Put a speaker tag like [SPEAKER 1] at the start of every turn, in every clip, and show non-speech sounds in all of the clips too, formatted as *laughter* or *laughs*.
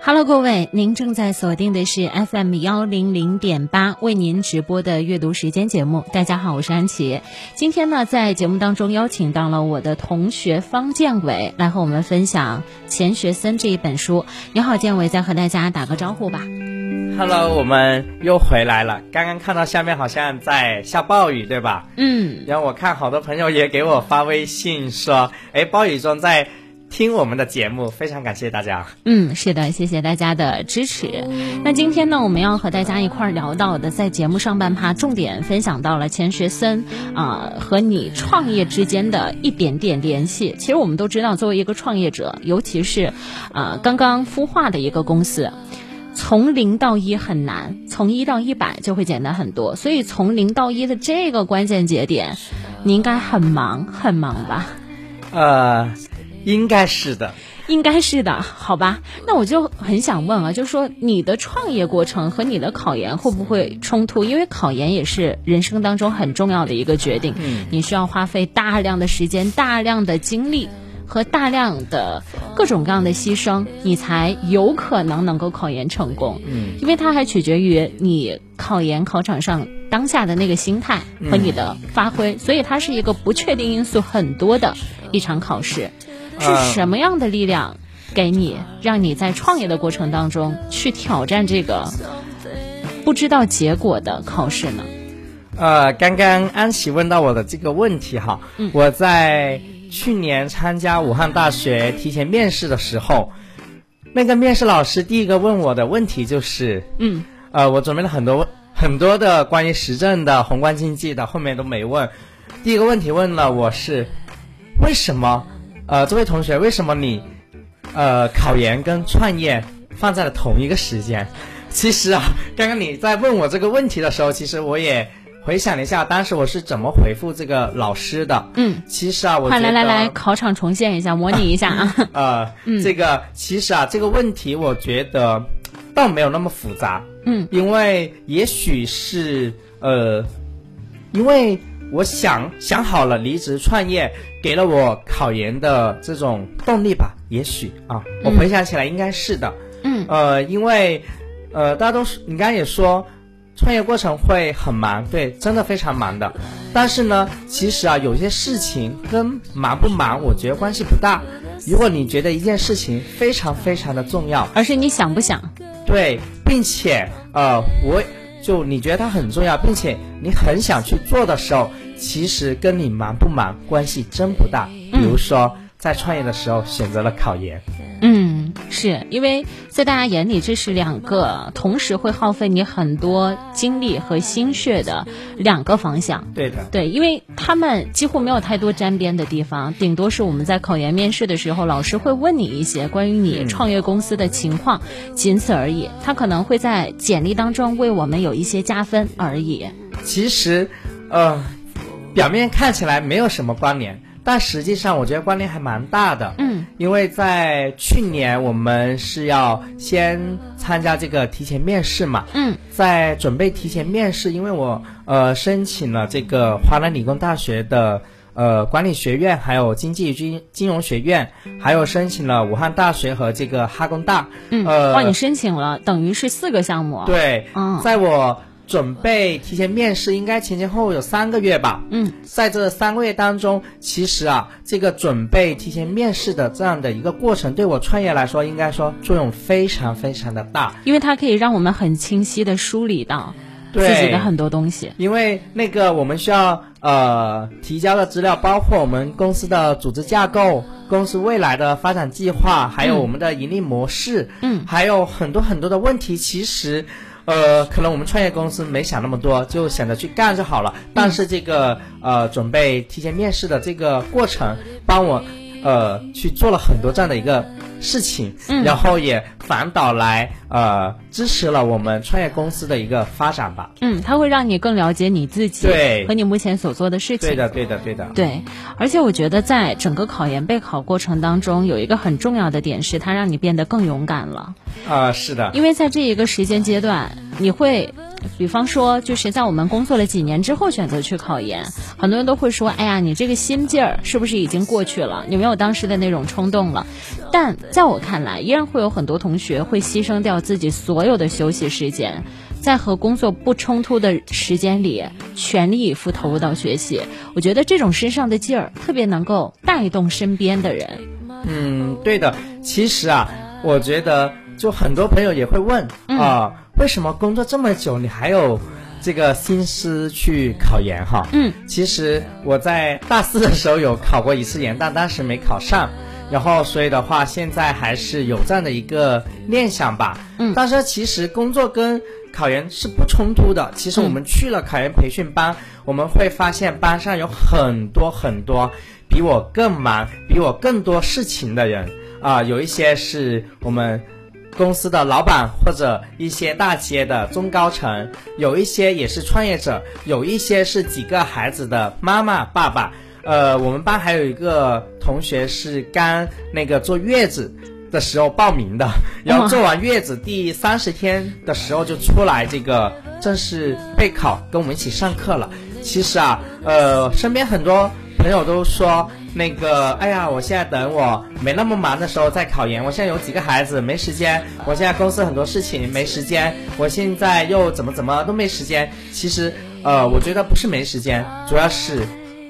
[SPEAKER 1] Hello，各位，您正在锁定的是 FM 幺零零点八为您直播的阅读时间节目。大家好，我是安琪。今天呢，在节目当中邀请到了我的同学方建伟来和我们分享《钱学森》这一本书。你好，建伟，再和大家打个招呼吧。
[SPEAKER 2] Hello，我们又回来了。刚刚看到下面好像在下暴雨，对吧？
[SPEAKER 1] 嗯，
[SPEAKER 2] 然后我看好多朋友也给我发微信说，哎，暴雨中在听我们的节目，非常感谢大家。
[SPEAKER 1] 嗯，是的，谢谢大家的支持。那今天呢，我们要和大家一块儿聊到的，在节目上半趴重点分享到了钱学森啊、和你创业之间的一点点联系。其实我们都知道，作为一个创业者，尤其是呃刚刚孵化的一个公司。从零到一很难，从一到一百就会简单很多。所以从零到一的这个关键节点，你应该很忙很忙吧？
[SPEAKER 2] 呃，应该是的。
[SPEAKER 1] 应该是的，好吧？那我就很想问啊，就是说你的创业过程和你的考研会不会冲突？因为考研也是人生当中很重要的一个决定，你需要花费大量的时间、大量的精力和大量的各种各样的牺牲，你才有可能能够考研成功。
[SPEAKER 2] 嗯，
[SPEAKER 1] 因为它还取决于你考研考场上当下的那个心态和你的发挥，所以它是一个不确定因素很多的一场考试。是
[SPEAKER 2] 嗯
[SPEAKER 1] 什么样的力量给你，让你在创业的过程当中去挑战这个不知道结果的考试呢？
[SPEAKER 2] 呃，刚刚安琪问到我的这个问题哈，我在去年参加武汉大学提前面试的时候，那个面试老师第一个问我的问题就是，
[SPEAKER 1] 嗯，
[SPEAKER 2] 呃，我准备了很多很多的关于时政的、宏观经济的，后面都没问。第一个问题问了我是，为什么？呃，这位同学，为什么你，呃，考研跟创业放在了同一个时间？其实啊，刚刚你在问我这个问题的时候，其实我也回想了一下，当时我是怎么回复这个老师的。
[SPEAKER 1] 嗯，
[SPEAKER 2] 其实啊，我
[SPEAKER 1] 快
[SPEAKER 2] 觉
[SPEAKER 1] 来
[SPEAKER 2] 得
[SPEAKER 1] 来来，考场重现一下，模拟一下啊！
[SPEAKER 2] *laughs* 呃，这个其实啊，这个问题我觉得倒没有那么复杂。
[SPEAKER 1] 嗯，
[SPEAKER 2] 因为也许是呃，因为我想想好了离职创业，给了我考研的这种动力吧。也许啊，我回想起来应该是的。
[SPEAKER 1] 嗯，
[SPEAKER 2] 呃，因为呃，大家都是你刚才也说。创业过程会很忙，对，真的非常忙的。但是呢，其实啊，有些事情跟忙不忙，我觉得关系不大。如果你觉得一件事情非常非常的重要，
[SPEAKER 1] 而是你想不想？
[SPEAKER 2] 对，并且呃，我就你觉得它很重要，并且你很想去做的时候，其实跟你忙不忙关系真不大。比如说，在创业的时候选择了考研，
[SPEAKER 1] 嗯，是因为在大家眼里，这是两个同时会耗费你很多精力和心血的两个方向。
[SPEAKER 2] 对的，
[SPEAKER 1] 对，因为他们几乎没有太多沾边的地方，顶多是我们在考研面试的时候，老师会问你一些关于你
[SPEAKER 2] 嗯
[SPEAKER 1] 创业公司的情况，仅此而已。他可能会在简历当中为我们有一些加分而已。
[SPEAKER 2] 其实呃，表面看起来没有什么关联，但实际上我觉得关联还蛮大的。
[SPEAKER 1] 嗯，
[SPEAKER 2] 因为在去年我们是要先参加这个提前面试嘛，
[SPEAKER 1] 嗯，
[SPEAKER 2] 在准备提前面试，因为我呃申请了这个华南理工大学的呃管理学院，还有经济与金金融学院，还有申请了武汉大学和这个哈工大，
[SPEAKER 1] 嗯，
[SPEAKER 2] 呃
[SPEAKER 1] 哇，你申请了，等于是四个项目。，
[SPEAKER 2] 对，
[SPEAKER 1] 嗯
[SPEAKER 2] 在我准备提前面试，应该前前后后有三个月吧。
[SPEAKER 1] 嗯，
[SPEAKER 2] 在这三个月当中，其实啊，这个准备提前面试的这样的一个过程，对我创业来说，应该说作用非常非常的大。
[SPEAKER 1] 因为它可以让我们很清晰的梳理到自
[SPEAKER 2] 对
[SPEAKER 1] 己的很多东西。
[SPEAKER 2] 因为那个我们需要呃提交的资料包括我们公司的组织架构、公司未来的发展计划，还有我们的盈利模式，
[SPEAKER 1] 嗯，
[SPEAKER 2] 还有很多很多的问题。其实，呃，可能我们创业公司没想那么多，就想着去干就好了。但是这个呃准备提前面试的这个过程，帮我呃去做了很多这样的一个事情，
[SPEAKER 1] 嗯
[SPEAKER 2] 然后也反倒来呃支持了我们创业公司的一个发展吧。
[SPEAKER 1] 嗯，它会让你更了解你自己，
[SPEAKER 2] 对
[SPEAKER 1] 和你目前所做的事情。
[SPEAKER 2] 对的，对的，对的。
[SPEAKER 1] 对，而且我觉得在整个考研备考过程当中，有一个很重要的点是，它让你变得更勇敢了。
[SPEAKER 2] 啊、是的，
[SPEAKER 1] 因为在这一个时间阶段，你会比方说，就是在我们工作了几年之后选择去考研，很多人都会说：“哎呀，你这个心劲儿是不是已经过去了？你没有当时的那种冲动了。”但在我看来，依然会有很多同学会牺牲掉自己所有的休息时间，在和工作不冲突的时间里，全力以赴投入到学习。我觉得这种身上的劲儿特别能够带动身边的人。
[SPEAKER 2] 嗯，对的。其实啊，我觉得就很多朋友也会问
[SPEAKER 1] 嗯
[SPEAKER 2] 啊、为什么工作这么久你还有这个心思去考研哈？
[SPEAKER 1] 嗯，
[SPEAKER 2] 其实我在大四的时候有考过一次研，但当时没考上。然后，所以的话，现在还是有这样的一个念想吧。
[SPEAKER 1] 嗯
[SPEAKER 2] 但是其实工作跟考研是不冲突的。其实我们去了考研培训班，我们会发现班上有很多很多比我更忙、比我更多事情的人啊、有一些是我们公司的老板或者一些大企业的中高层，有一些也是创业者，有一些是几个孩子的妈妈、爸爸。呃，我们班还有一个同学是刚那个坐月子的时候报名的，然后
[SPEAKER 1] 哇
[SPEAKER 2] 做完月子第三十天的时候就出来这个正式备考，跟我们一起上课了。其实啊，呃，身边很多朋友都说那个，哎呀，我现在等我没那么忙的时候再考研，我现在有几个孩子没时间，我现在公司很多事情没时间，我现在又怎么怎么都没时间。其实，呃，我觉得不是没时间，主要是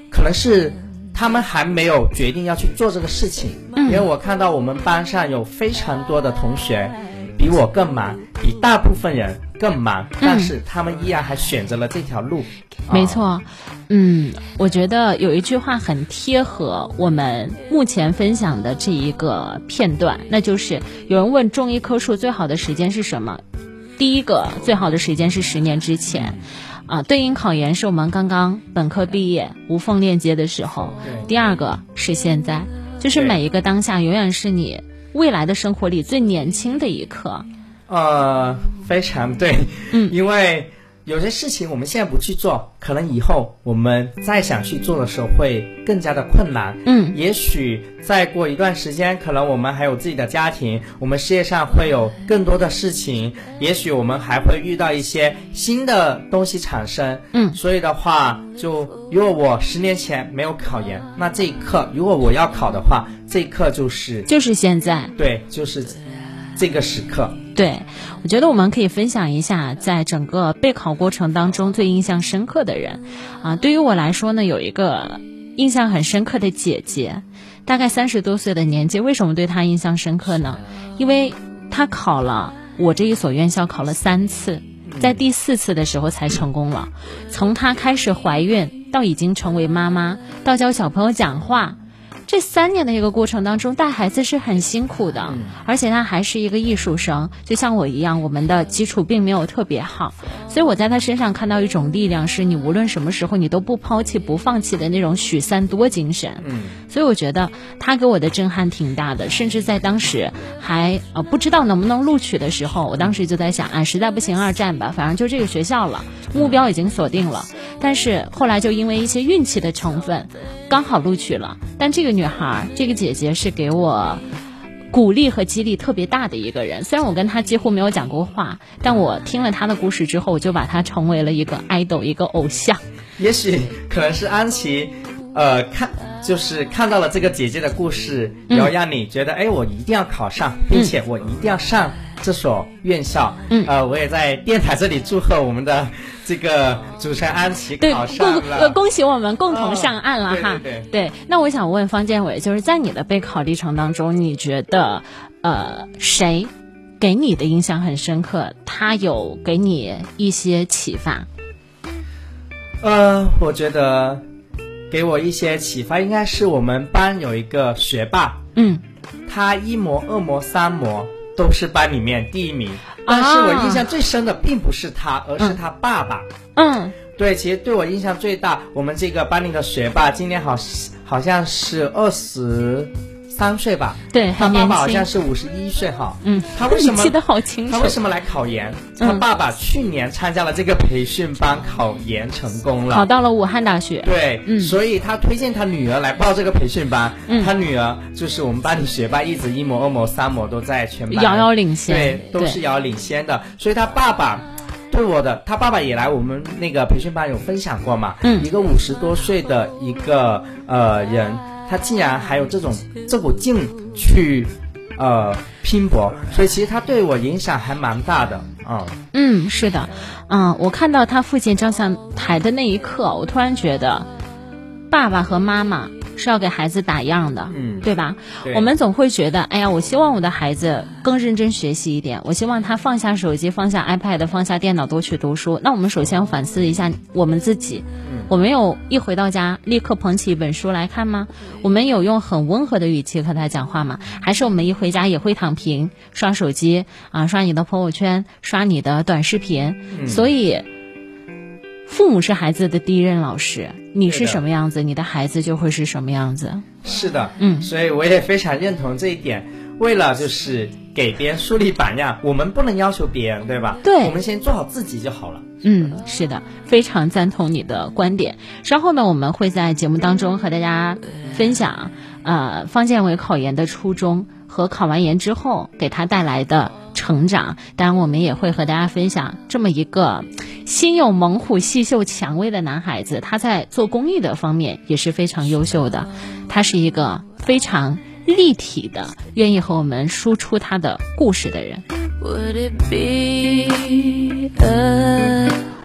[SPEAKER 2] 可能是他们还没有决定要去做这个事情，
[SPEAKER 1] 嗯
[SPEAKER 2] 因为我看到我们班上有非常多的同学比我更忙，比大部分人更忙，但是他们依然还选择了这条路。啊
[SPEAKER 1] 嗯没，错，嗯，我觉得有一句话很贴合我们目前分享的这一个片段，那就是有人问种一棵树最好的时间是什么？第一个最好的时间是十年之前，啊，对应考研是我们刚刚本科毕业无缝链接的时候，
[SPEAKER 2] 对
[SPEAKER 1] 第二个是现在，就是
[SPEAKER 2] 对
[SPEAKER 1] 每一个当下永远是你未来的生活里最年轻的一刻。
[SPEAKER 2] 呃，非常对，
[SPEAKER 1] 嗯
[SPEAKER 2] 因为有些事情我们现在不去做，可能以后我们再想去做的时候会更加的困难。
[SPEAKER 1] 嗯
[SPEAKER 2] 也许再过一段时间，可能我们还有自己的家庭，我们事业上会有更多的
[SPEAKER 1] 嗯
[SPEAKER 2] 事情，也许我们还会遇到一些新的东西产生。
[SPEAKER 1] 嗯
[SPEAKER 2] 所以的话，就如果我十年前没有考研，那这一刻如果我要考的话，这一刻就是
[SPEAKER 1] 就是现在。
[SPEAKER 2] 对，就是这个时刻。
[SPEAKER 1] 对，我觉得我们可以分享一下，在整个备考过程当中最印象深刻的人。啊，对于我来说呢，有一个印象很深刻的姐姐，大概三十多岁的年纪，为什么对她印象深刻呢？因为她考了我这一所院校，考了三次。在第四次的时候才成功了。从她开始怀孕到已经成为妈妈，到教小朋友讲话，这三年的一个过程当中，带孩子是很辛苦的，而且他还是一个艺术生，就像我一样，我们的基础并没有特别好，所以我在他身上看到一种力量，是你无论什么时候你都不抛弃、不放弃的那种许三多精神。
[SPEAKER 2] 嗯，
[SPEAKER 1] 所以我觉得他给我的震撼挺大的，甚至在当时还呃不知道能不能录取的时候，我当时就在想，哎，实在不行二战吧，反正就这个学校了，目标已经锁定了。但是后来就因为一些运气的成分，刚好录取了。但这个女孩儿，这个姐姐是给我。鼓励和激励特别大的一个人，虽然我跟她几乎没有讲过话，但我听了她的故事之后，我就把她成为了一个 idol，一个偶像。
[SPEAKER 2] *laughs* 也许可能是安琪，呃，看就是看到了这个姐姐的故事，
[SPEAKER 1] 嗯
[SPEAKER 2] 然后让你觉得，哎，我一定要考上，并且我一定要上这所院校。
[SPEAKER 1] 嗯
[SPEAKER 2] 呃，我也在电台这里祝贺我们的这个主持人安琪
[SPEAKER 1] 对，
[SPEAKER 2] 考上
[SPEAKER 1] 共呃
[SPEAKER 2] 了。
[SPEAKER 1] 恭喜我们共同上岸了
[SPEAKER 2] 哦对
[SPEAKER 1] 哈。
[SPEAKER 2] 对
[SPEAKER 1] 那我想问方建伟，就是在你的备考历程当中，你觉得呃谁给你的印象很深刻？他有给你一些启发？
[SPEAKER 2] 呃，我觉得给我一些启发，应该是我们班有一个学霸，
[SPEAKER 1] 嗯，
[SPEAKER 2] 他一模、二模、三模都是班里面第一名，但
[SPEAKER 1] 啊
[SPEAKER 2] 是我印象最深的并不是他，而是他爸爸。
[SPEAKER 1] 嗯
[SPEAKER 2] 对，其实对我印象最大，我们这个班里的学霸今年好好像是二十三岁吧，
[SPEAKER 1] 对
[SPEAKER 2] 他
[SPEAKER 1] 很
[SPEAKER 2] 爸
[SPEAKER 1] 年
[SPEAKER 2] 爸好
[SPEAKER 1] 轻
[SPEAKER 2] 像是五十一岁哈。
[SPEAKER 1] 嗯，
[SPEAKER 2] 他为什么
[SPEAKER 1] 你记得好清楚
[SPEAKER 2] 他为？什么来考研？他
[SPEAKER 1] 嗯
[SPEAKER 2] 爸爸去年参加了这个培训班，考研成功了。
[SPEAKER 1] 考到了武汉大学。
[SPEAKER 2] 对，
[SPEAKER 1] 嗯
[SPEAKER 2] 所以他推荐他女儿来报这个培训班。
[SPEAKER 1] 嗯
[SPEAKER 2] 他女儿就是我们班里学霸，一直一模、二模、三模都在全班
[SPEAKER 1] 遥遥领先
[SPEAKER 2] 对，都
[SPEAKER 1] 对
[SPEAKER 2] 是遥遥领先的。所以他爸爸对会我的，他爸爸也来我们那个培训班有分享过嘛，
[SPEAKER 1] 嗯
[SPEAKER 2] 一个五十多岁的一个呃人，他竟然还有这种这股劲去呃拼搏，所以其实他对我影响还蛮大的，嗯，
[SPEAKER 1] 嗯，是的，嗯，我看到他父亲照相台的那一刻，我突然觉得，爸爸和妈妈是要给孩子打样的，
[SPEAKER 2] 嗯
[SPEAKER 1] 对吧？
[SPEAKER 2] 对
[SPEAKER 1] 我们总会觉得，哎呀，我希望我的孩子更认真学习一点，我希望他放下手机、放下 iPad、放下电脑，多去读书。那我们首先要反思一下我们自己，
[SPEAKER 2] 嗯
[SPEAKER 1] 我们有一回到家立刻捧起一本书来看吗？我们有用很温和的语气和他讲话吗？还是我们一回家也会躺平刷手机啊，刷你的朋友圈，刷你的短视频？
[SPEAKER 2] 嗯
[SPEAKER 1] 所以，父母是孩子的第一任老师，你
[SPEAKER 2] 对
[SPEAKER 1] 是
[SPEAKER 2] 的
[SPEAKER 1] 什么样子，你的孩子就会是什么样子。
[SPEAKER 2] 是的，
[SPEAKER 1] 嗯
[SPEAKER 2] 所以我也非常认同这一点。为了就是给别人树立榜样，我们不能要求别人，对吧？
[SPEAKER 1] 对
[SPEAKER 2] 我们先做好自己就好了。
[SPEAKER 1] 嗯，是的，非常赞同你的观点。稍后呢，我们会在节目当中和大家分享，呃，方建伟考研的初衷和考完研之后给他带来的成长。当然，我们也会和大家分享这么一个心有猛虎、细嗅蔷薇的男孩子，他在做公益的方面也是非常优秀的。他是一个非常立体的，愿意和我们输出他的故事的人。
[SPEAKER 3] Would it be a